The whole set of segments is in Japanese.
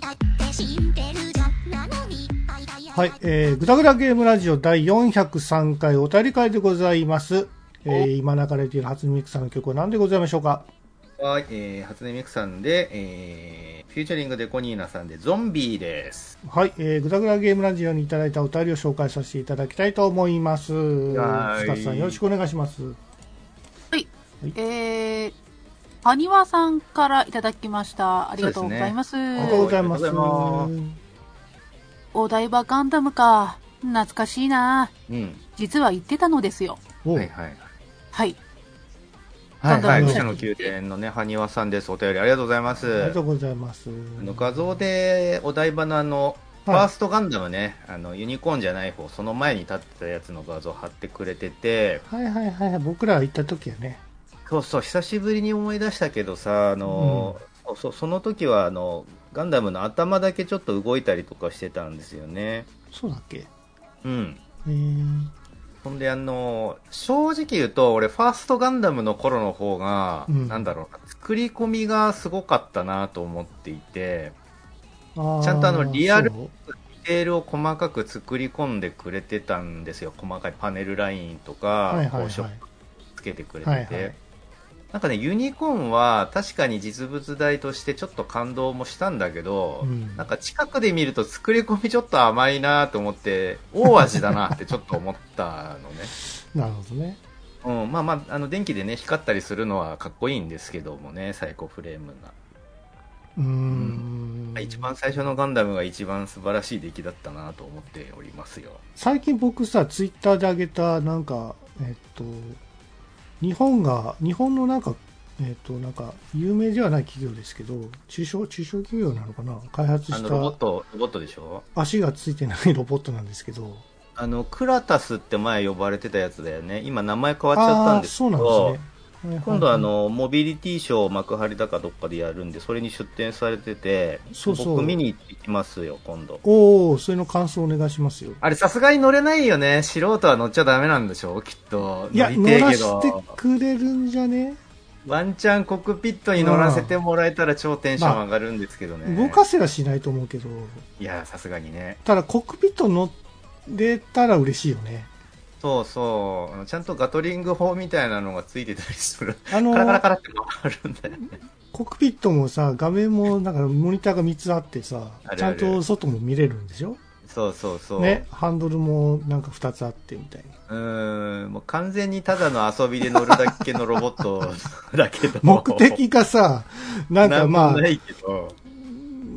だって死んでるじゃんなのにはい、えー、ぐだぐだゲームラジオ第403回お便り会でございます。えー、今流れている初音ミクさんの曲は何でございましょうかはい、えー、初音ミクさんで、えー、フューチャリングでコニーナさんでゾンビです。はい、えー、ぐだぐだゲームラジオにいただいたお便りを紹介させていただきたいと思います。スはいタッフさんよろしくお願いします。えー、アニワさんからいただきました。ありがとうございます。ありねがとうございます。ありがとうございお台場ガンダムか。懐かしいな。うん。実は言ってたのですよ。おはいはい。はい。はいガはンダい。ム武者の宮殿のね、埴輪さんです。お便りありがとうございまありすがと。うございます。あの画像でお台場のあの、ファーストガンダムね、あの、ユニコーンじゃない方、その前に立ってたやつの画像貼ってくれてて、はいはいはいはい、僕ら行った時はね。そうそう、久しぶりに思い出したけどさ、あの、そうそうその時はあの、ガンダムの頭だけちょっと動いたりとかしてたんですよね。そうだっけうん。えー、ほんで、あの、正直言うと、俺、ファーストガンダムの頃の方が、うんなんだろうな、作り込みがすごかったなと思っていて、あーちゃんとあのリアルそうディテールを細かく作り込んでくれてたんですよ。細かいパネルラインとはいはいか、はいこう、ショップつけてくれてて。はいはいなんかね、ユニコーンは確かに実物大としてちょっと感動もしたんだけど、うんなんか近くで見ると作り込みちょっと甘いなと思って、大味だなってちょっと思ったのね。なるほどね。うん、まあまあ、あの、電気でね、光ったりするのはかっこいいんですけどもね、サイコフレームが。うーん。一番最初のガンダムが一番素晴らしい出来だったなと思っておりますよ。最近僕さ、ツイッターで上げた、なんか、えっと、日本が、日本のなんか、えっと、なんか、有名ではない企業ですけど、中小、中小企業なのかな開発あしの、ロボッたト、ロボットでしょ足がついてないロ ボットなんですけど、あの、クラタスって前呼ばれてたやつだよね。今名前変わっちゃったあんーですそうけなんど、ですね。今度あはいはいはい、の、モビリティショーを幕張だかどっかでやるんで、それに出展されてて、そうそう僕見に行ってきますよ、今度。おおそれの感想お願いしますよ。あれ、さすがに乗れないよね。素人は乗っちゃダメなんでしょきっと。いや、り乗てえらけせどてくれるんじゃねワンチャンコックピットに乗らせてもらえたら超テンション上がるんですけどね。動かせはしないと思うけど、いや、さすがにね。ただコックピット乗れたら嬉しいよね。そうそうあの。ちゃんとガトリング砲みたいなのがついてたりする。あのカラカラカラって回るんだよね。 コックピットもさ、画面も、なんかモニターが3つあってさあ、るちゃんと外も見れるんでしょそうそうそう。ね、ハンドルもなんか2つあってみたいな。うーん。もう完全にただの遊びで乗るだけのロボッ トだけど。目的がさ、なんかまなんあもな、いけど。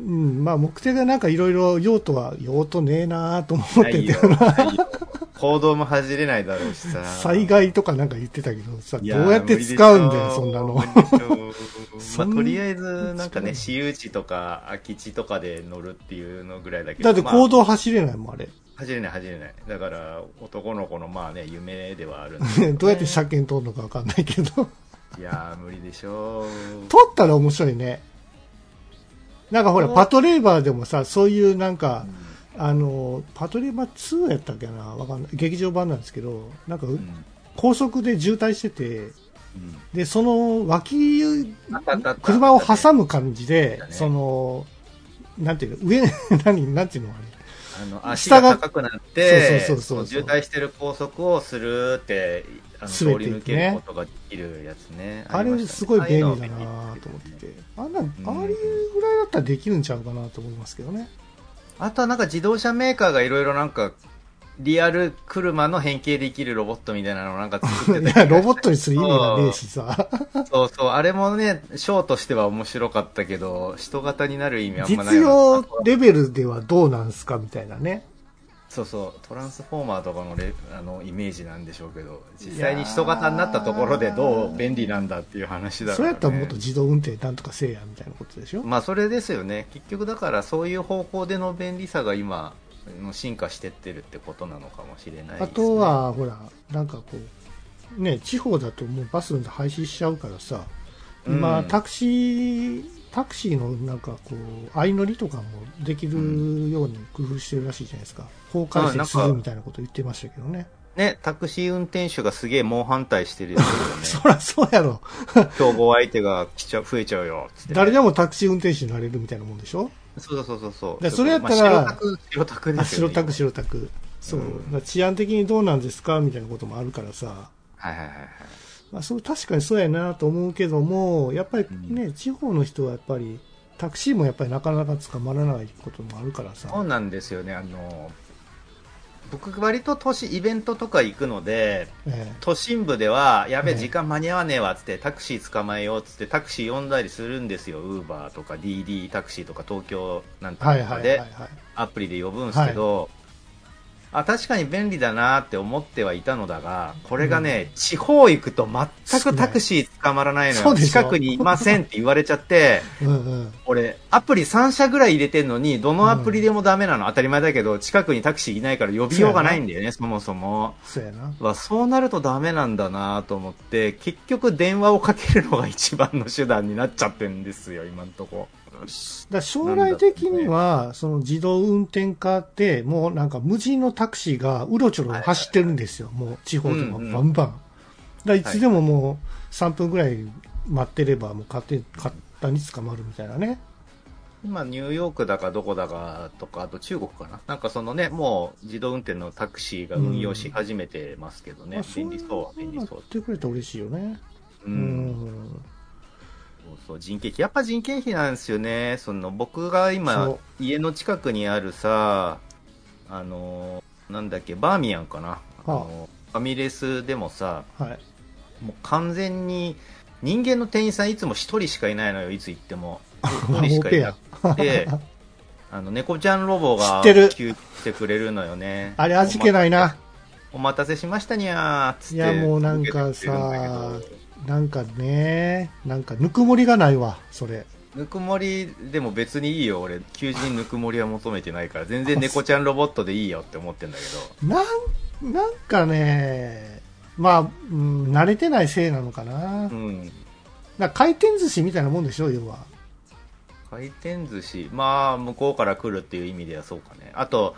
うん、まあ目的がなんかいろいろ用途は、用途ねえなーと思っなていてよ。、ないよ行動も走れないだろうしさ。 災害とかなんか言ってたけどさ、どういーやって使うんだよ、そん なの。。無理でしょそまあ、んなとりあえず、なんかそうね、私有地とか空き地とかで乗るっていうのぐらいだけだど。ってまあ行動走れないもん、あれ。 走れない、走れない。だから、男の子のまあね、夢ではあるんで。どうやって車検取るのかわかんないけど。いやー、無理でしょう。取ったら面白いね。なんかほら、パトレーバーでもさ、そういうなんか、あの、パトレーバー2やったっけなわかんない。劇場版なんですけど、なんか、うん高速で渋滞してて、うんで、その脇、あったあったあった車を挟む感じでだ、ねその、なんていうの、上、 何、なんていうのあれ。あの、足下がが高くなって、そうそうそうそう渋滞してる高速をするって、あの、通滑っりてい抜くけねることができるやつね。ありまれ、したねすごい便利だああいうのな便利と思ってですてね。あんな、んあれぐらいだったらできるんちゃうかなと思いますけどね。あとはなんか自動車メーカーがいろいろなんか、リアル車の変形できるロボットみたいなのをなんか作って いたや、りロボットにする意味がねえしさ。そうそう、あれもね、ショーとしては面白かったけど、人型になる意味あんまない実よ用なレベルではどうなんすかみたいなね。そうそう、トランスフォーマーとかのレあのイメージなんでしょうけど、実際に人型になったところでどう便利なんだっていう話だそれから、やね。ったらもっと自動運転なんとかせえや、みたいなことでしょまあそれですよね。結局だからそういう方向での便利さが今、の進化してってるってことなのかもしれないです、ね。あと、は、ほら、なんかこう、ね、地方だともうバスなんて廃止しちゃうからさ、今、うんタクシー、タクシーのなんかこう、相乗りとかもできるように工夫してるらしいじゃないですか。法改正するみたいなこと言ってましたけどね。ね、タクシー運転手がすげえ猛反対してるやつよね。 そらそうやろ。競合相手が来ちゃ増えちゃうよ、つってね、誰でもタクシー運転手になれるみたいなもんでしょそうそうそうそう。でそれやったらまあ白タク、白タクあです白よね。タク、白タク。そう。うんだから治安的にどうなんですかみたいなこともあるからさ。はいはいはいはい。まあ、そう確かにそうやなと思うけども、やっぱりね、地方の人はやっぱり、タクシーもやっぱりなかなか捕まらないこともあるからさ。そうなんですよね。あの、僕割と都市イベントとか行くので、え都心部では、やべえ、ね時間間に合わねえわっつって、タクシー捕まえようっつって、タクシー呼んだりするんですよ、ウーバーとか DD タクシーとか、東京なんえとかはいとはいはかいではい、。アプリで呼ぶんですけど、あ確かに便利だなって思ってはいたのだが、これがね、地方行くと全くタクシー捕まらないのそうよ、でしょ近くにいませんって言われち ゃって、うんうん。俺、アプリ3社ぐらい入れてんのに、どのアプリでもダメなの、当たり前だけど、近くにタクシーいないから呼びようがないんだよね、そもそも。そうやな。はそうなるとダメなんだなと思って結局電話をかけるのが一番の手段になっちゃってんですよ今んとこだから将来的には、その自動運転化って、もうなんか無人のタクシーがうろちょろ走ってるんですよ、もう地方でもうんうんバンバン。だからいつでももう3分ぐらい待ってれば、もう勝手簡単に捕まるみたいなね。今ニューヨークだかどこだかとかあと中国かななんかそのねもう自動運転のタクシーが運用し始めてますけどね、まあそう便利そうは便利そやうってくれたら嬉しいよね。ううんん。そうそう人件費やっぱ人件費なんですよねその僕が今そ家の近くにあるさあのなんだっけバーミヤンかなあのファミレスでもさ、はい。もう完全に人間の店員さんいつも1人しかいないのよいつ行っても1人しかいなくてあの猫ちゃんロ ボが知ってる急に来てくれるのよねあれ味気ないな。お待たせしましたにゃーっつっていやもうなんかさ受けてくれるんだけどなんかね、なんかぬくもりがないわ、それ。ぬくもりでも別にいいよ俺求人ぬくもりは求めてないから全然猫ちゃんロボットでいいよって思ってんだけどなん、なんかね、まあ、うん、慣れてないせいなのかな。うんなんか回転寿司みたいなもんでしょ、要は。回転寿司まあ向こうから来るっていう意味ではそうかねあと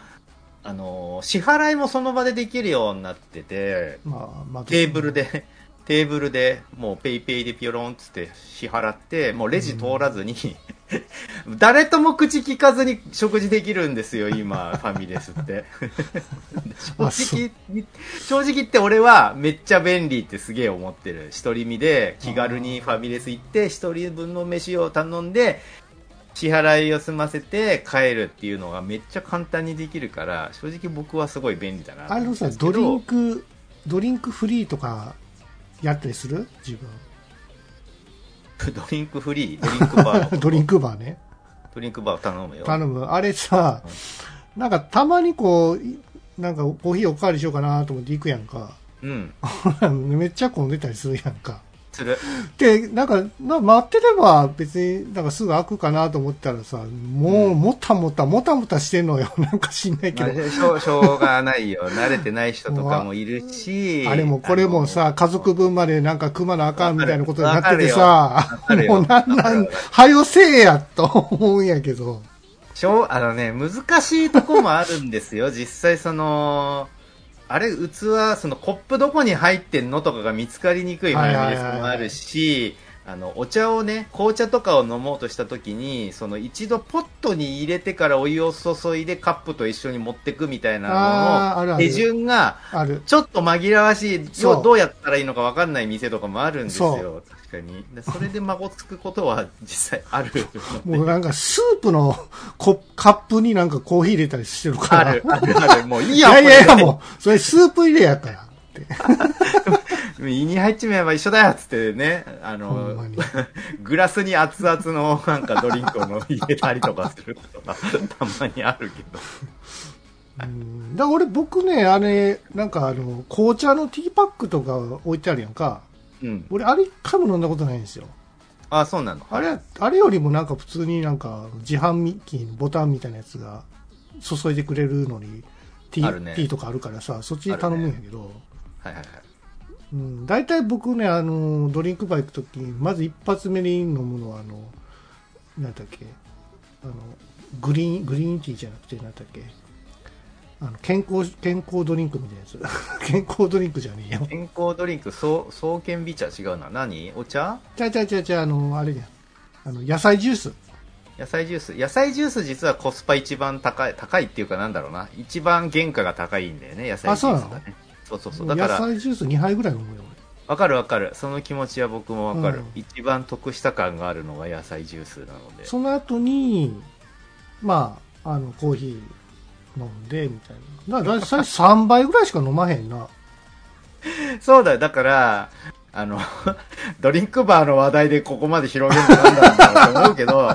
あのー支払いもその場でできるようになっててまあ、まあ、テーブル。で、 テーブルで、もうペイペイでピョロンっつって支払って、もうレジ通らずに、 誰とも口聞かずに食事できるんですよ、 今、ファミレスって。正あ直に、正直言って俺はめっちゃ便利ってすげえ思ってる。独り身で気軽にファミレス行って、一人分の飯を頼んで、支払いを済ませて帰るっていうのがめっちゃ簡単にできるから、正直僕はすごい便利だなとあ思れうんのですけさ、ど。ドリンク、ドリンクフリーとか、やったりする自 ドリンクフリー、ドリンクバー分。を。ドリンクバーね。ドリンクバーを頼むよ。頼む。あれさ、なんかたまにこう、いなんかコーヒーおかわりしようかなと思って行くやんか。うん。 めっちゃ混んでたりするやんか。する。で、なんか、まあ、待ってれば別になんかすぐ開くかなと思ったらさ、もうもたもた、もたもたしてんのよ。 なんか知んないけまど。あしょうしょうがないよ。慣れてない人とかもいるし。あれもこれもさ、家族分までなんか組まなあかんみたいなことになっててわさか、るよ もうわなんかるよなん、はよせえやと思うんやけど。あの。しょう、あのね、難しいとこもあるんですよ。実際その、あれ、器、そのコップどこに入ってんのとかが見つかりにくいファミレスもあるし、あの、お茶をね、紅茶とかを飲もうとした時に、その一度ポットに入れてからお湯を注いでカップと一緒に持ってくみたいあなーあるのあのる手順が、ある。ちょっと紛らわしい、そうようどうやったらいいのか分かんない店とかもあるんですそよ、確かに。でそれで孫つくことは実際 ある。もうなんかスープの コカップになんかコーヒー入れたりしてるかあら。る、ある、ある。もう いいいや、やいやいや、ももう、それスープ入れやからって。う。胃に入っちまえば一緒だよ、つってね。ほあんまのに、。 グラスに熱々のなんかドリンクを飲み入れたりとか することがたまにあるけど。うんだから俺僕ね、あれ、なんかあの、紅茶のティーパックとか置いてあるやんか。うん。俺あれ一回も飲んだことないんですよ。あ、そうなの。あれ、あれよりもなんか普通になんか自販機のボタンみたいなやつが注いでくれるのに、ティあー,、るねティーとかあるからさ、そっちで頼むんやけど、はいはいはい。うん、大体僕ね、あの、ドリンクバー行くとき、まず一発目に飲むのはあの、なんだっけ、あの、グリーン、グリーンティーじゃなくてなんだっけ、あの健康健康ドリンクみたいなやつ 健康ドリンクじゃねえよ健康ドリンク、そう、爽健美茶違うな。何お茶ちゃうちゃうちゃうちゃうあのあれじゃんあの野菜ジュース野菜ジュース。野菜ジュース実はコスパ一番高い、高いっていうかなんだろうな。一番原価が高いんだよね、野菜あジそうュなーのスがね。そうそうそう。もだうか野ら、菜ジュース2杯ぐらい飲むよわかるわかる。その気持ちは僕もわかる、うん一番得した感があるのが野菜ジュースなので俺。その後にまああのコーヒー飲んでみたいなだから最初3杯ぐらいしか飲まへんなそうだよ。だから、あの、 ドリンクバーの話題でここまで広げるのなんだろうと思うけ ど、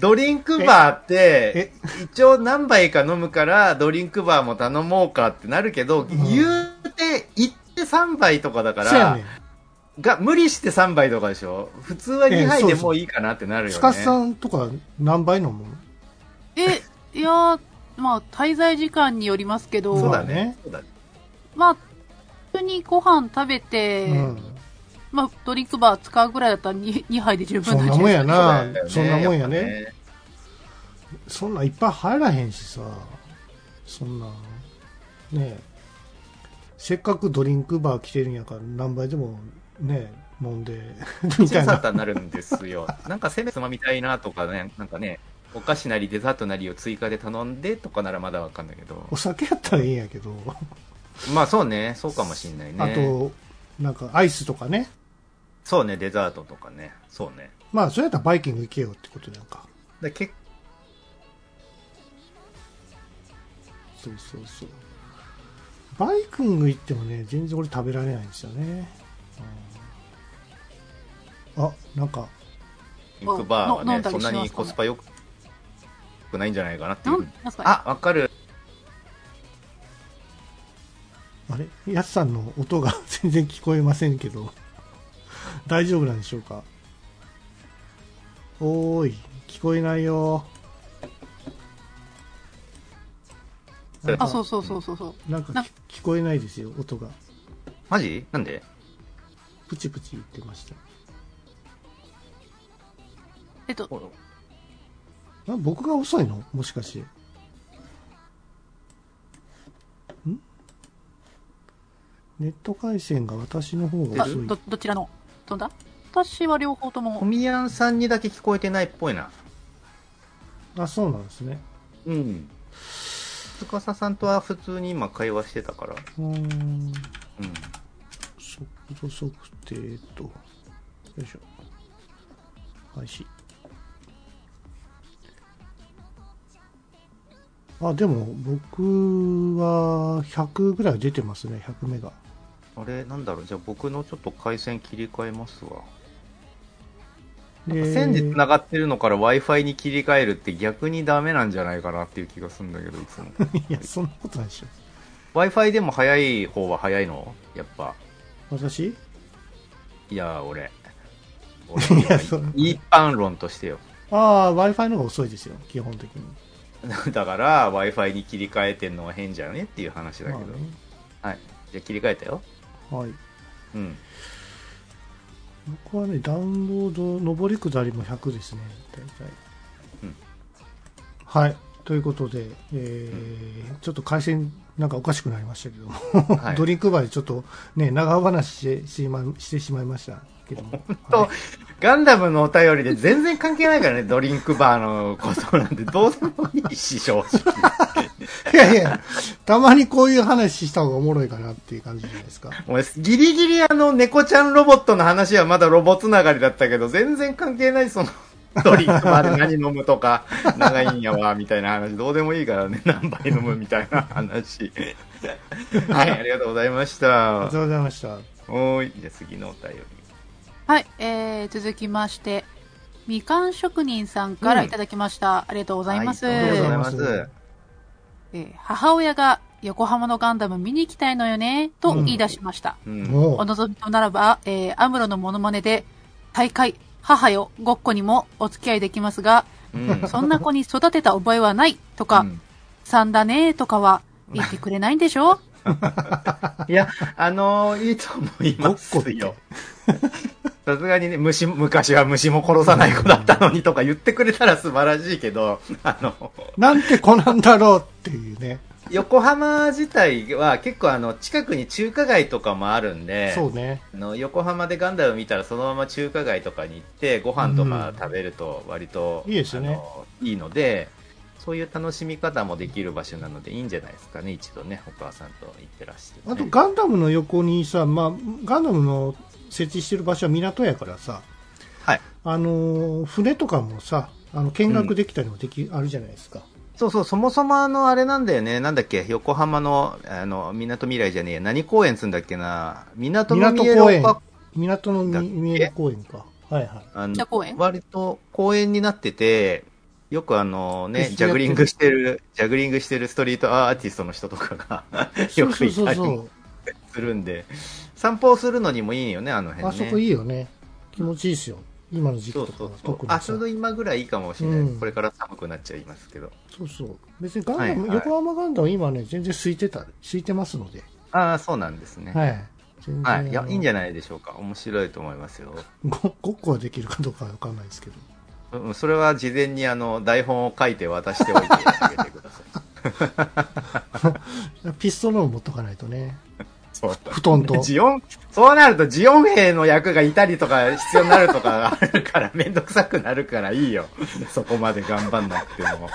ドリンクバーって、え一応何杯か飲むから、ドリンクバーも頼もうかってなるけど、ん言うて、行って3杯とかだかそうやら、ねんが、無理して3杯とかでしょ普通は2杯でもういいかなってなるよね。スカスさんとか何杯飲む え、いやー、まあ、滞在時間によりますけど、そうまだあねね。そうだねまあ、普通にご飯食べて、うんまあ、ドリンクバー使うぐらいだったら 2, 2杯で十分そんな気もんがすやるなそうそだよねんなもんやっぱねそんないっぱい入らへんしさそんなねえせっかくドリンクバー来てるんやから何杯でもね飲ん でみた小いさなさになるんですよ。なんかせめてつまみたいなとかね、なんかね、お菓子なりデザートなりを追加で頼んでとかならまだわかんないけど。お酒やったらいいんやけど、まあそうね、そうかもしんないね。あとなんかアイスとかねそうね、デザートとかね。そうね。まあそれやったらバイキング行けよってことなんかだ結そうそうそうバイキング行ってもね全然俺食べられないんですよね、うんあなんか構、バーはのね飲ん、だりそんしなますかねにコスパ良くないんじゃないかなっていなうんふうに。なんすかねあ、わかる。あれやすさんの音が 全然聞こえませんけど、大丈夫なんでしょうかおーい、聞こえないよ。なんかあ、そうそうそうそうそう。なんかな聞聞こえないですよ、音が。マジなんでプチプチ言ってました。えっと、あ僕が遅いのもしかして。んネット回線が私の方があ遅い。ど、どちらの飛んだ私は両方とコも。ミヤンさんにだけ聞こえてないっぽいな。あ、そうなんですね。うん。司さんとは普通に今会話してたから。うーん。うん。速度測定と、よいしょ。開始。あ、でも僕は100ぐらい出てますね、100メガ。あれなんだろうじゃあ僕のちょっと回線切り替えますわ。で線で繋がってるのから Wi-Fi に切り替えるって逆にダメなんじゃないかなっていう気がするんだけど、いつも。いや、そんなことないでしょ。 Wi-Fi でも早い方は早いのやっぱ。私いやー、俺。 いやそう俺一般論としてよ。 ああ、Wi-Fi の方が遅いですよ、基本的に。だから Wi-Fi に切り替えてんのは変じゃねっていう話だけまど。あね。はい。じゃあ切り替えたよ。はい。うん。僕はね、ダウンロード、上り下りも100ですね、大体。うんはい。ということで、えーちょっと回線なんかおかしくなりましたけども、はい ドリンクバーでちょっとね、長話してしましてしまいましたけど も。とはい、ガンダムのお便りで全然関係ないからね、ドリンクバーのことなんてどうでもいいし、正直。いやいや、たまにこういう話した方がおもろいかなっていう感じじゃないですか。お前、ギリギリあの、猫ちゃんロボットの話はまだロボつながりだったけど、全然関係ない、その、ドリンクまで何飲むとか、長いんやわ、みたいな話、どうでもいいからね、何杯飲むみたいな話。はい、ありがとうございましありがた。とうございました。おーい、じゃあ次のお便り。はい、えー、続きまして、みかん職人さんからいただきました。ありがとうございます。はありいがとうございまありす。がとうございますえー母親が横浜のガンダム見に行きたいのよね、と言い出しました。うん。もおう、望みとならば、えー、アムロのモノマネで、大会、母よ、ごっこにもお付き合いできま すが、うん。そんな子に育てた覚えはないとか、うんさんだねとかは言ってくれないんでしょいや、あのいいと思いますよ。さすがにね、虫、昔は虫も殺さない子だったのにとか言ってくれたら素晴らしいけど、あの、なんて子なんだろうっていうね。横浜自体は結構あの、近くに中華街とかもあるんで、そうね。あの横浜でガンダム見たらそのまま中華街とかに行ってご飯とか食べると割と、うんいいですよねあのいいのでそういう楽しみ方もできる場所なのでいいんじゃないですかね一度ねお母さんと行ってらして、あとガンダムの横にさ、まあ、ガンダムの設置してる場所は港やからさ、はいあのー船とかもさ、あの見学できたりもでき、あるじゃないですか。そうそうそもそもあのあれなんだよねなんだっけ横浜のあの港未来じゃねえ何公園っつうんだっけな港の港見え公園る。港のだっみけ見える公園か。はいはい。あじゃあの公園割と公園になっててよくあのね、一緒にやってるジャグリングしてる、ジャグリングしてるストリートアーティストの人とかが よく いそたうりそうするんで、散歩するのにもいいよね、あのそう。あ辺そね。こいいよね。気持ちいいですよ。今の時期そとうかはそうそう特。にさあ、ちょうど今ぐらいいいかもしれない、うんこれから寒くなっちゃいますけど。そうそう。別にガンダム、はいはい横浜ガンダム今ね、全然空いてた、空いてますので。ああ、そうなんですね。はい。はい。全い、や、いいんじゃゃないでしょうか。面白いと思いますよ。ごごっこはできるかどうかはわかんないですけど。うん、それは事前にあの、台本を書いて渡しておいてあげてください。ピストルを持っとかないとね。そう 布団と。ジオン、そうなるとジオン兵の役がいたりとか必要になるとかあるから めんどくさくなるからいいよ。そこまで頑張んなくても。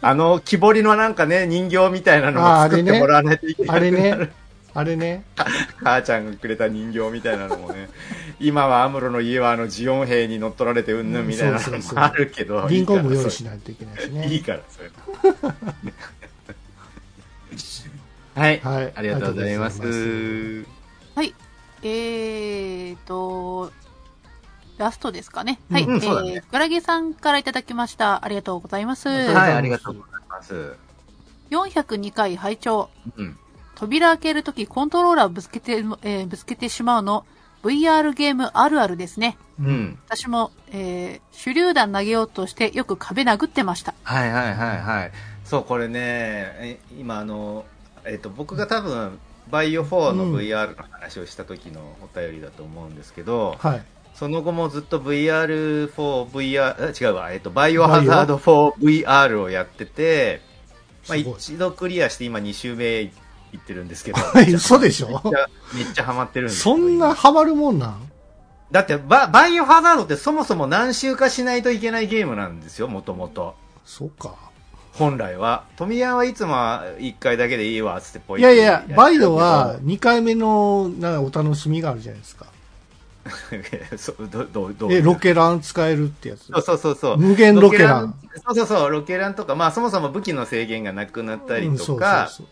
あの、木彫りのなんかね、人形みたいなのもあーあ作れっねてもらわないといけなあい。れね。あれね。母ちゃんがくれた人形みたいなのもね。今はアムロの家はあのジオン兵に乗っ取られてうんぬんみたいなそうのそうそうもあるけど。リンゴもいい用から意しないといけないしそれいいね。 から、それ。はい。はいありがとうございまありがとうごす。はい。えーと、ラストですかね。はい。うんうんそうだねえー、クラゲさんからいただきました。ありがとうございます。はい、ありがとうございます。 402回拝聴。うん。扉開けるときコントローラーぶつけて、えーぶつけてしまうの、VR ゲームあるあるですね。う。ん。私も、えー、手榴弾投げようとしてよく壁殴ってました。はいはいはいはい。そう、これね、え今あの、えっと、僕が多分、バイオ4うんの VR の話をした時のお便りだと思うんですけど、はい。その後もずっと VR4、VR、え違うわ、えっと、バイオハザード 4VR をやってて、まあすごい一度クリアして今2周目行ってるんですけど。 はい嘘でしょめっちゃ、めっちゃハマってるんですけどそんな今ハマるもんなんだってバ、バイオハザードってそもそも何周かしないといけないゲームなんですよ、もともと。そうか。本来は。富山はいつもは1回だけでいいわ、つってポイいってやいや、バイドは、2回目のなんかお楽しみがあるじゃないですか。 そうどどどうえ、ロケラン使えるってやつ。そうそうそうそう。無限ロケラン。そうそうそう、ロケランとか、まあそもそも武器の制限がなくなったりうんとそうか、そうそう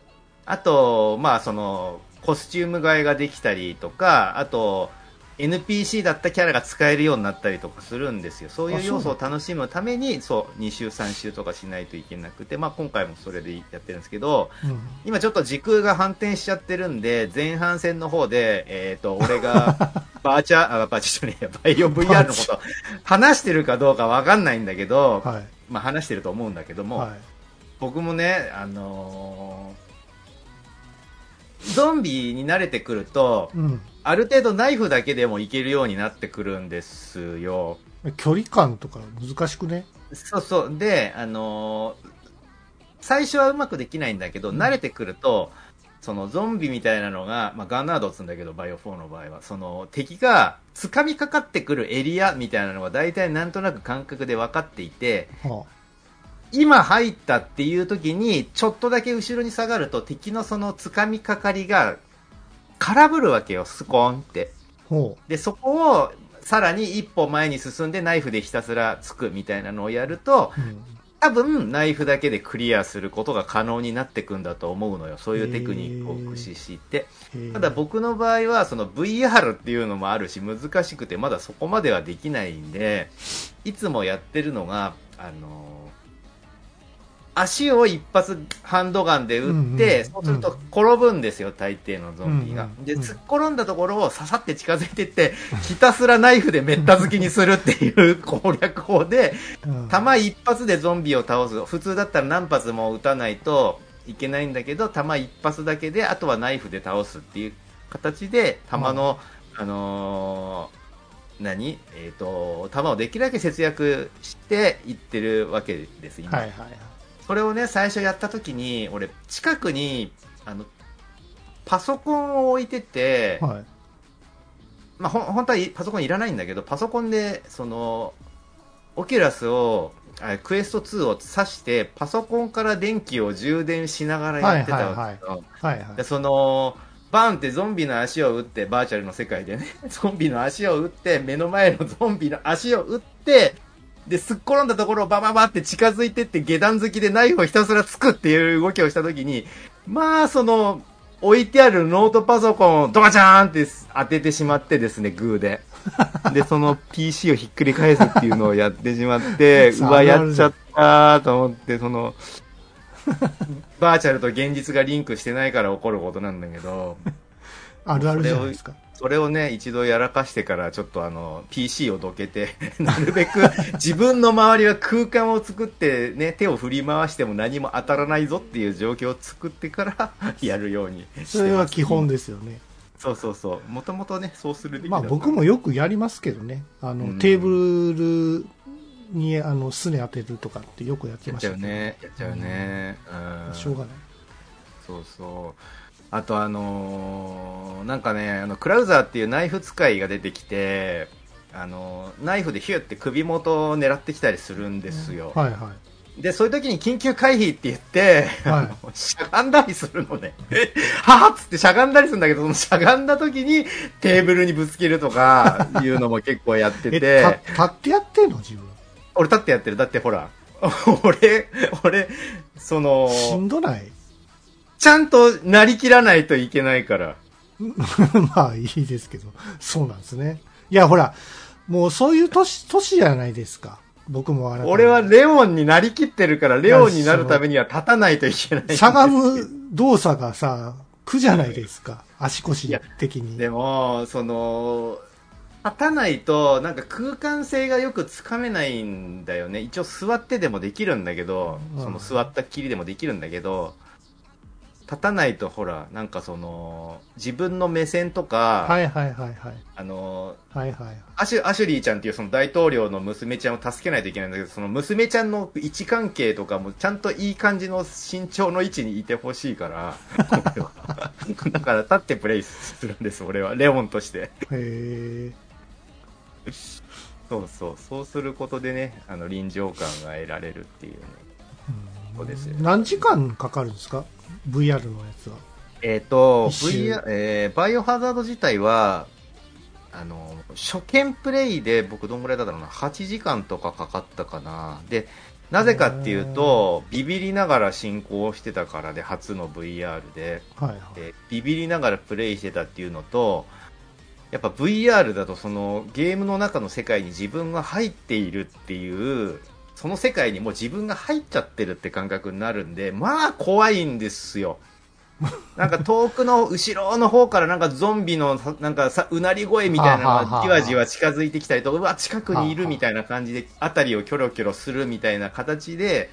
あと、まあその、コスチューム替えができたりとか、あと、NPC だったキャラが使えるようになったりとかするんですよ。そうあいうそう要素を楽しむために、そう、2週3週とかしないといけなくて、まあ今回もそれでやってるんですけど、うん今ちょっと時空が反転しちゃってるんで、前半戦の方で、えっ、と、俺が、バーチャー、あ、バーチャーじゃねえや、バイオ VR のこと、話してるかどうかわかんないんだけど、はい。まあ話してると思うんだけども、は僕もね、あのーゾンビに慣れてくるとい。、うん。ある程度ナイフだけでもいけるようになってくるんですよ。距離感とか難しくねそうそう。で、あのー最初はうまくできないんだけど、慣れてくると、そのゾンビみたいなのが、まあ、ガンナードっつうんだけど、バイオ4の場合は、その敵が掴みかかってくるエリアみたいなのが大体なんとなく感覚で分かっていて、は今入ったっていう時に、ちょっとだけ後ろに下がると敵のその掴みかかりが空振るわけよ、スコーンって。あほで、そこをさらに一歩前に進んでナイフでひたすら突くみたいなのをやると、う、うん多分ナイフだけでクリアすることが可能になってくんだと思うのよそういうテクニックを駆使して、えーただ僕の場合はその VR っていうのもあるし難しくてまだそこまではできないんでいつもやってるのがあの足を一発ハンドガンで打って、うんうんそうすると転ぶんですよ、大抵のゾンビが。うんうんで、うん突っ転んだところをささって近づいてって、ひたすらナイフでめった好きにするっていう攻略法で、うん弾一発でゾンビを倒す普通だったら何発も撃たないといけないんだけど弾一発だけであとはナイフで倒すっていう形で弾の、あのー何えっ、と弾をできるだけ節約していってるわけです今、はいはいはい。それをね最初やった時に俺近くにあのパソコンを置いてて、はい。まあ、ほん本当はいパソコンいらないんだけどパソコンでそのオキュラスをあクエスト2を挿してパソコンから電気を充電しながらやってたわけよ、はいはいで。そのバンってゾンビの足を打ってバーチャルの世界でね ゾンビの足を打って目の前のゾンビの足を打ってですっ転んだところをバババって近づいてって下段突きでナイフをひたすら突くっていう動きをした時にまあその置いてあるノートパソコンをドカチャーンって当ててしまってですねグーででその PC をひっくり返すっていうのをやってしまってうさあわやっちゃったと思ってそのバーチャルと現実がリンクしてないから起こることなんだけどあるあるじゃないですか。それをね、一度やらかしてから、ちょっとあの、PC をどけて、 なるべく自分の周りは空間を作って、ね、手を振り回しても何も当たらないぞっていう状況を作ってから、 やるようにしてますそれは基本ですよね。そうそうそう。もともとね、そうするべきだまあった僕もよくやりますけどね。あうの、んテーブルに、あの、すね当てるとかってよくやってやっましちたゃうけど。ね。やっちゃうね。うん。しょうがない。そうそう。あとあのーなんかね、あの、クラウザーっていうナイフ使いが出てきて、あのーナイフでヒュって首元を狙ってきたりするんですよ。はいはで、そういう時に緊急回避って言って、はいあのしゃがんだりするのね。 はぁっつってしゃがんだりするんだけど、そのしゃがんだ時にテーブルにぶつけるとかいうのも結構やっ い。てえ、て、た立ってやってんの自分。俺立ってやってる。だってほら、 俺、俺、その、しんどない ちゃんとなりきらないといけないから。まあいいですけど。そうなんですね。いや、ほら、もうそういう年、年じゃないですか。僕もあなたも俺はレオンになりきってるから、レオンになるためには立たないといけないんですしゃよ。がむ動作がさ、苦じゃないですか。足腰的に。でも、その、立たないと、なんか空間性がよくつかめないんだよね。一応座ってでもできるんだけど、うんその座ったっきりでもできるんだけど、立たないとほら、なんかその、自分の目線とか、はいはいはいはい。あの、はいはいはい。アシュアシュリーちゃんっていうその大統領の娘ちゃんを助けないといけないんだけど、その娘ちゃんの位置関係とかもちゃんといい感じの身長の位置にいてほし いから、俺はだから立ってプレイするんです、俺は。レオンとして。へそうそう。そうすることでね、あの臨場感が得られるっていうね。ーそうですようん何時間かかるんですか ?VR のやつは。えっ、と、一周 VR、えーバイオハザード自体は、あの、初見プレイで僕どんぐらいだったのかな、8時間とかかかったかな。で、なぜかっていうと、ビビりながら進行してたからで、初の VR で、はいはい。でビビりながらプレイしてたっていうのと、やっぱ VR だとそのゲームの中の世界に自分が入っているっていう、その世界にもう自分が入っちゃってるって感覚になるんで、まあ怖いんですよ。なんか遠くの後ろの方からなんかゾンビのさなんかさうなり声みたいなのがじわじわ近づいてきたりとうわ、近くにいるみたいな感じで、辺りをキョロキョロするみたいな形で、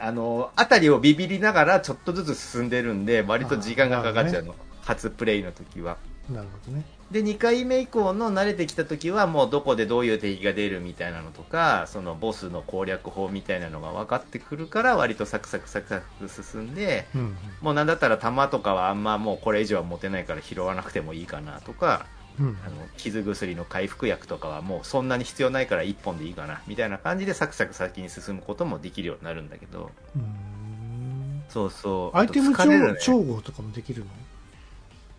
あの、辺りをビビりながらちょっとずつ進んでるんで、割と時間がかかっちゃうの。初プレイの時は。なるほどね。で、2回目以降の慣れてきた時は、もうどこでどういう敵が出るみたいなのとか、そのボスの攻略法みたいなのが分かってくるから、割とサクサクサクサク進んで、うんうん。もうなんだったら弾とかはあんまもうこれ以上は持てないから拾わなくてもいいかなとか、うんあの傷薬の回復薬とかはもうそんなに必要ないから1本でいいかな、みたいな感じでサクサク先に進むこともできるようになるんだけど、うーんそうそう。アイテムあと疲れるね調合とかもできるの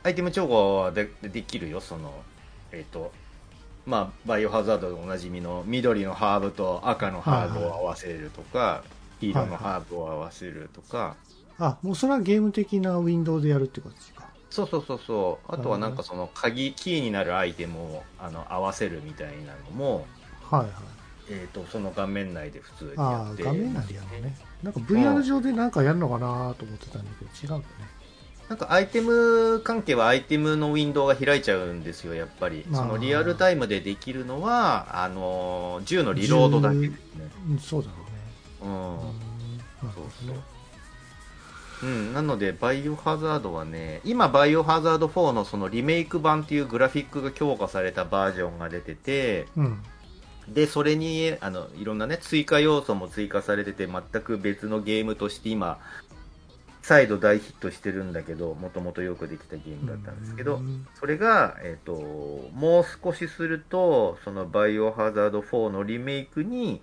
アイテム調合はでできるよ、その、えっ、と、まあ、バイオハザードでおなじみの緑のハーブと赤のハーブを合わせるとか、黄色のハーブを合わせるとか、あ、もうそれはゲーム的なウィンドウでやるってことですか。そうそうそうそう、あとはなんなるほどかその鍵、キーになるアイテムをあの合わせるみたいなのも、はいはい。えっ、と、その画面内で普通にやああっ、て。画面内でやるのね。なんか VR 上でなんかやるのかなと思ってたんだけど、違うんだね。なんかアイテム関係はアイテムのウィンドウが開いちゃうんですよ、やっぱり。まあそのリアルタイムでできるのは、あの、銃のリロードだけですね。うん、そうだろうね。ううんんなるほどねうん、なので、バイオハザードはね、今、バイオハザード4のそのリメイク版っていうグラフィックが強化されたバージョンが出てて、うん。で、それに、あの、いろんなね、追加要素も追加されてて、全く別のゲームとして今、再度大ヒットしてるんだけど、もともとよくできたゲームだったんですけど、うんそれが、えっ、と、もう少しすると、そのバイオハザード4のリメイクに、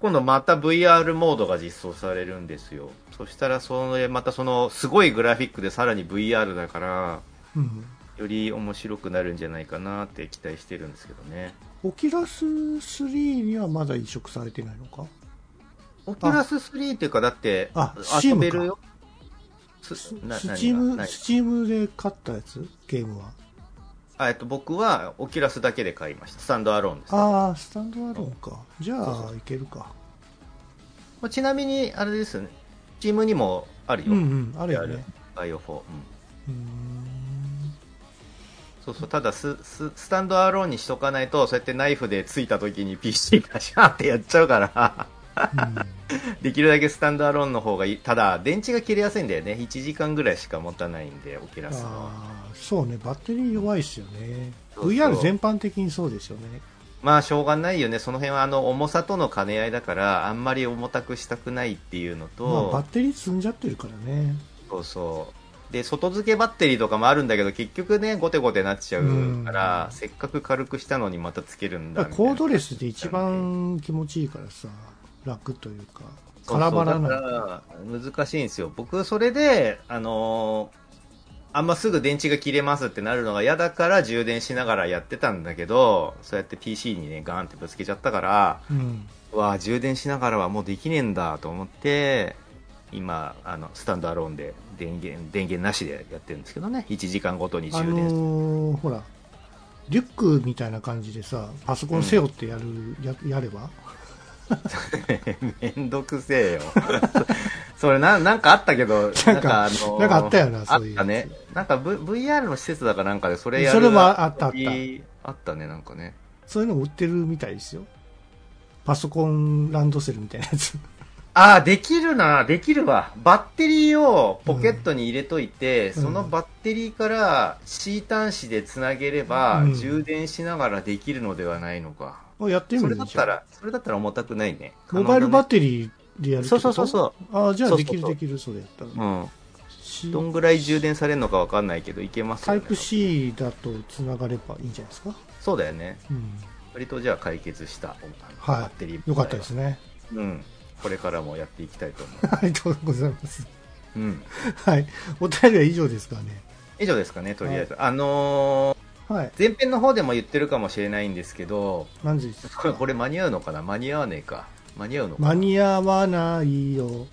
今度また VR モードが実装されるんですよ。そしたら、その、またその、すごいグラフィックでさらに VR だから、うん。より面白くなるんじゃないかなって期待してるんですけどね。オキラス3にはまだ移植されてないのかオキュラス3っていうか、だって、あ遊べるよ。すスなスチー何がム、何スチームで買ったやつゲームは。あえっと、僕はオキュラスだけで買いました。スタンドアローンです。ああ、スタンドアローンか。じゃあ、いけるか。まあちなみに、あれですね。チームにもあるうよ。んうん、あるよあねる。バイオ4。うんうー ん。そうそう、ただス、ス、スタンドアローンにしとかないと、そうやってナイフでついた時に PC がシャーってやっちゃうから、 できるだけスタンドアローンの方がいい。ただ、電池が切れやすいんだよね。1時間ぐらいしか持たないんで、オキュラスの。あーそうね、バッテリー弱いですよね。そうそう VR 全般的にそうですよね。まあしょうがないよね、その辺はあの重さとの兼ね合いだから、あんまり重たくしたくないっていうまのあ、と、バッテリー積んじゃってるからね。そうそうで外付けバッテリーとかもあるんだけど、結局ね、ゴテゴテなっちゃうから、うんせっかく軽くしたのにまたつけるんだだかみらたいなコードレスで一番気持ちいいからさ、楽というか、そう空そうばらだかない。ら難しいんですよ、僕、それで、あのーあんますぐ電池が切れますってなるのが嫌だから充電しながらやってたんだけど、そうやって PC にね、ガーンってぶつけちゃったから、うん。わあ充電しながらはもうできねえんだと思って今あのスタンドアローンで電源電源なしでやってるんですけどね1時間ごとにあ充電して、のーほら、リュックみたいな感じでさ、パソコン背負ってやる、ややれば めんどくせえよそれななんかあったけなどんかなんかあったよなあそういうっやたつねなんか、v、VR の施設だかなんかでそれやるそれはあったあったあったねなんかねそういうの売ってるみたいですよ。パソコンランドセルみたいなやつ。 ああ、できるな、できるわ。バッテリーをポケットに入れといて、うんそのバッテリーから C 端子でつなげれば、うん充電しながらできるのではないのか。あやってみそるれでだっしょたら、それだったら重たくないね。モバイルバッテテリーでやるってこと。そうそうそうああ、じゃあそうそでうそきうるできる、それやったら。うん。 C どんぐらい充電されるのかわかんないけど、いけますタよイね。プ C だと繋がればいいんじゃないですか。そうだよね。うん。割とじゃあ解決した、はいバッテリー問題よはかったですね。 うん。これからもやっていきたいと思ありがとうございます。う。うん。はい。お便りは以上ですかね。以上ですかね、とりあえず。あのーはい。前編の方でも言ってるかもしれないんですけど、何時ですこれかこれ間に合うのかな間に合わねえか間に合うのか間に合わないよ。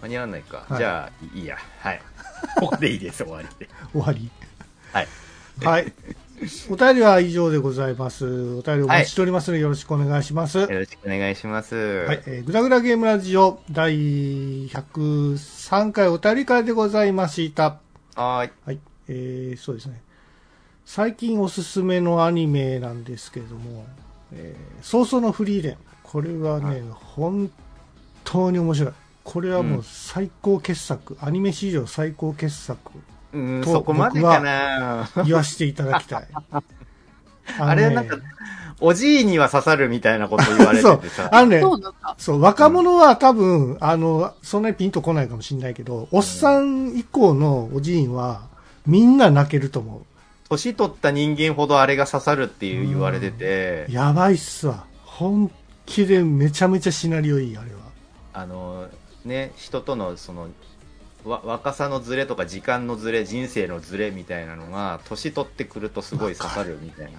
間に合わないか、はいじゃあいいやはい ここでいいです終わりで終わり。はいはい。お便りは以上でございます。お便りお待ちしておりますので、よろしくお願いします。よろしくお願いしますはい、えー、ぐだぐだゲームラジオ第103回お便り会でございました。はーいはい、えー、そうですね。最近おすすめのアニメなんですけれども、えー、早々のフリーレン。これはね、はい本当に面白い。これはもう最高傑作、アニメ史上最高傑作、うーんとそこまでかな言わせていただきた い。ああれはなんかおじいには刺さるみたいなこと言われそてうてさ、あのね、そうだった。そう、若者は多分、あの、そんなにピンとこないかもしれないけど、おっさん以降のおじいんは、みんな泣けると思年取った人間ほどあれが刺さるっていう言われててう。やばいっすわ。本気でめちゃめちゃシナリオいい、あれは。あのね人とのそのわ若さのズレとか時間のズレ人生のズレみたいなのが年取ってくるとすごい刺さるみたい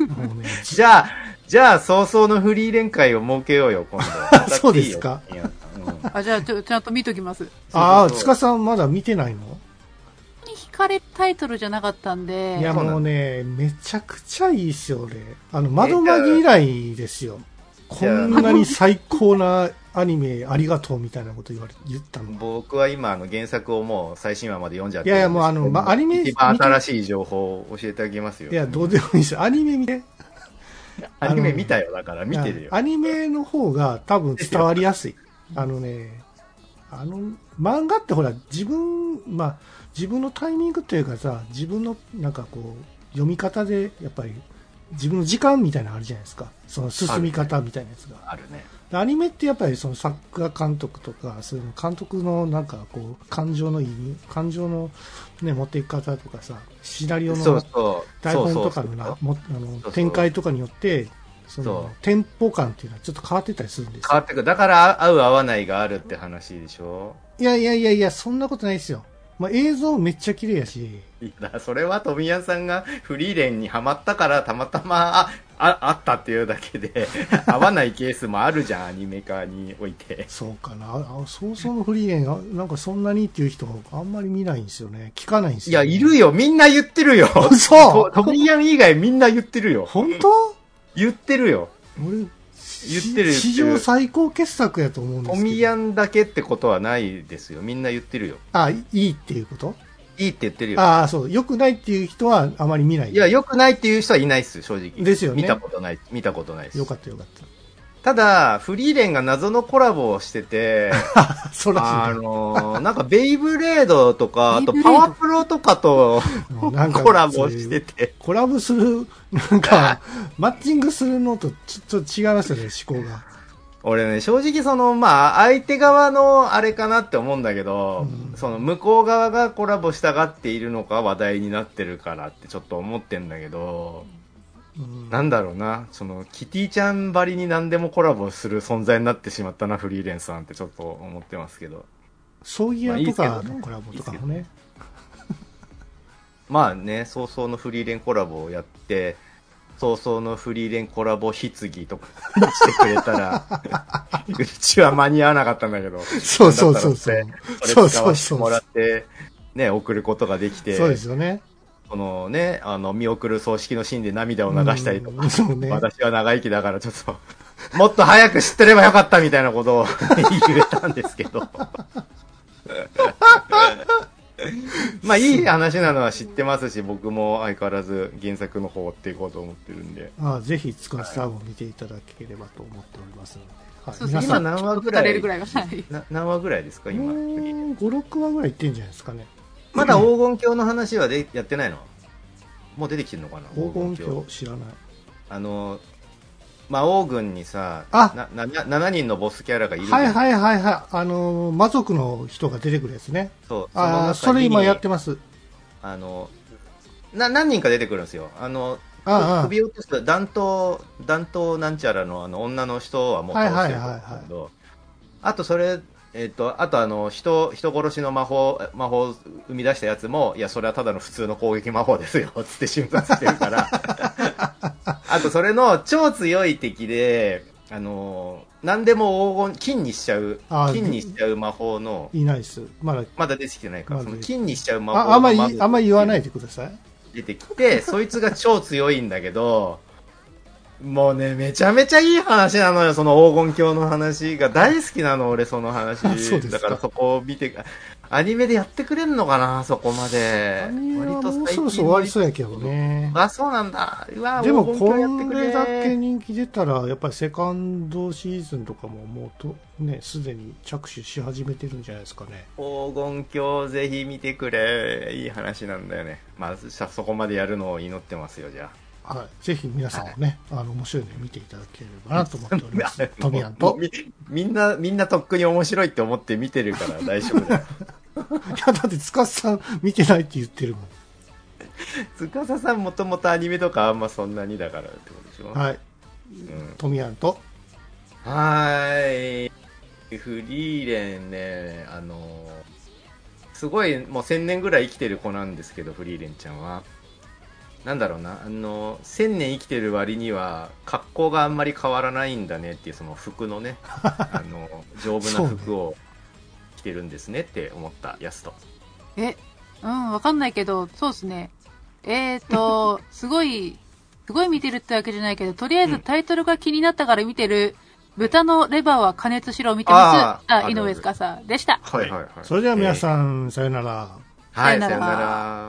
な もうね、じゃあ、じゃあ、早々のフリー連会を設けようよ、 今度。そうですかいいよ。うんあ、じゃあちょ、ちゃんと見ときます。ああ、そうそうそうつかさんまだ見てないの本当に惹かれるタイトルじゃなかったんで、いや、そうなんだもうね、めちゃくちゃいいっすよ、俺。あの、窓まぎ以来ですよ。こじゃあんなに最高なアニメありがとうみたいなこと言われ、言った の。僕は今、あの、原作をもう最新話まで読んじゃっていやいやもうあのまアニメ一番新しい情報を教えてあげますよ。いや、どうでもいいですよ。アニメ見て。アニメ見たよ、だから見てるよ。アニメの方が多分伝わりやすい。あのね、あの漫画ってほら自分まあ自分のタイミングというかさ自分のなんかこう読み方でやっぱり自分の時間みたいなのあるじゃないですかその進み方みたいなやつが、あるね。でアニメってやっぱりその作画監督とかそういうの監督のなんかこう感情の意味感情の、ね、持っていき方とかさシナリオのそうそう。台本とかのそうそうなそうもあのうそう展開とかによってそそのテンポ感っていうのはちょっと変わってたりするんです変わよってくる。だから、合う合わないがあるって話でしょいやいやいやいやそんなことないですよ、まあ、映像めっちゃ綺麗やしいや、それは富谷さんがフリーレンにはまったから、たまたま、あ、ああったっていうだけで、 合わないケースもあるじゃん、アニメ化において。そうかなあそうそうのフリーレンあなんかそんなにっていう人あんまり見ないんですよね聞かないんですいよや、ね、いるよ、みんな言ってるよ。嘘と富谷以外みんな言ってるよ。本当言ってるよ。俺言ってる史上最高傑作やと思うんですけど富谷だけってことはないですよ。みんな言ってるよ。あいいいっていうこといいって言ってるよ。ああそう良くないっていう人はあまり見ないいや、良くないっていう人はいないっす、正直。ですよね見たことない、見たことないです。よかったよかった だ、フリーレンが謎のコラボをしてて、たそうらあしいねのーなんかベイブレードとか、あとベイブパレードワープロとかとうんなんかコラボしてて、コラボするなんかマッチングするのとちょっと違いますよね思考が俺ね、正直その、まあ、相手側のあれかなって思うんだけど、うんその向こう側がコラボしたがっているのか話題になってるからってちょっと思ってんだけど、うんなんだろうな、その、キティちゃんばりに何でもコラボする存在になってしまったな、フリーレンさんってちょっと思ってますけど。葬儀屋とまあいいかですけのどねコラボとかもねまあね、早々のフリーレンコラボをやって、早々のフリーレンコラボ棺とか してくれたら、うちは間に合わなかったんだけど、そうそうそうそうだったらそそうそれう使そうわせてもらって、ね、送ることができて、そうですよねこのね、あの、見送る葬式のシーンで涙を流したりとかうん、そうね私は長生きだからちょっと、もっと 早く知ってればよかったみたいなことを 言えたんですけど。 まあいい話なのは知ってますし、僕も相変わらず原作の方を追っていこうと思ってるんで。ああぜひつかスターも見ていただければと思っておりますので、はい、そうそう皆さ今ん何話ぐ打たられいるぐらいがはい。な何話ぐらいですか今。 56話ぐらいいってんじゃないですかねまだ黄金鏡の話はでやってないのもう出てきてるのかな黄金鏡知らないあの、魔王軍にさ、あなな7人のボスキャラがいるじゃんはいはいはいはいあの魔族の人が出てくるやつねそう。その中あにあそれ今やってますあの、な、何人か出てくるんですよ。あの、ああ首を落とした弾頭、弾頭なんちゃらのあの女の人はもう倒してるんだけど、あとそれ、えっと、あとあの、人、人殺しの魔法、魔法を生み出したやつも、いや、それはただの普通の攻撃魔法ですよ、つって瞬殺してる から。あとそれの超強い敵で、あの、何でも黄金、金にしちゃうあ、金にしちゃう魔法の、いないですまだまだ出てきてないから、まそだの金にしちゃう魔法のああんまり魔族あんまり言わないでください出てきて、そいつが超強いんだけど、もうね、めちゃめちゃいい話なのよ、その黄金鏡の話が。大好きなの、俺、その話あそうです。かだからそこを見て、アニメでやってくれんのかな、そこまで。アニメはもう割そろとそろ終わり最近そうやけどねあ、そうなんだ。うわ、でも黄金こ鏡やってくれれだけ人気出たらやっぱりセカンドシーズンとかももうとねすでに着手し始めてるんじゃないですかね黄金鏡ぜひ見てくれ。いい話なんだよね。まあ、さそこまでやるのを祈ってますよ、じゃはいぜひ皆さんもね、あの面白いの見ていただければなと思っておりま あす。トミヤンもうとみみんな、みんなとっくに面白いって思って見てるから大丈夫だよ。いやだって塚さん見てないって言ってるもん司さんもともとアニメとかあんまそんなにだからってことでしょはいうんトミヤンとはーいフリーレンねあのすごいもう1000年ぐらい生きてる子なんですけどフリーレンちゃんはなんだろうなあの1000年生きてる割には格好があんまり変わらないんだねっていうその服 のねあの丈夫な服を着てるんですねって思ったやすとえ、うん、わかんないけど、そうですね。えー と、すごい、すごい見てるってわけじゃないけど、とりあえずタイトルが気になったから見てる、豚のレバーは加熱しろを見てまあーす。あ、井上司でした。はいはいはいそれでは皆さん、さよならはい、ささよよなならら。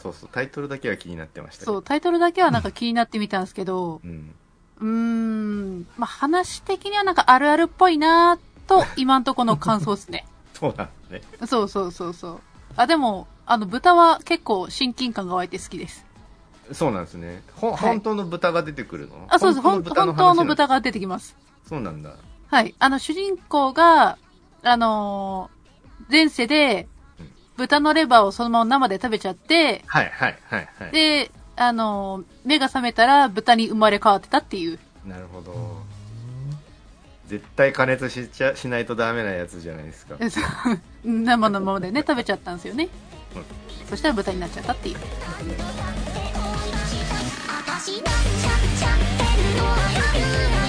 そうそう、タイトルだけは気になってましたけどそう、タイトルだけはなんか気になってみたんですけど、うん。う ーん、まあ、話的にはなんかあるあるっぽいなーと、今んとこの感想ですね。そうなんだね。そうそうそうそう。あ、でも、あの、豚は結構親近感が湧いて好きです。そうなんですね。ほ、い本当の豚が出てくるのあ、そうです。ほん豚本当話のなんだ。豚が出てきます。そうなんだ。はい。あの、主人公が、あのー前世でうん、豚のレバーをそのまま生で食べちゃって、はいはいはいはい。で、あのー目が覚めたら豚に生まれ変わってたっていう。 なるほど。絶対加熱しちゃ、しないとダメなやつじゃないですか。そう生のままでね、食べちゃったんですよね。そしたら豚になっちゃったっていう。 「あたしなっちゃっちゃってるのはやるな」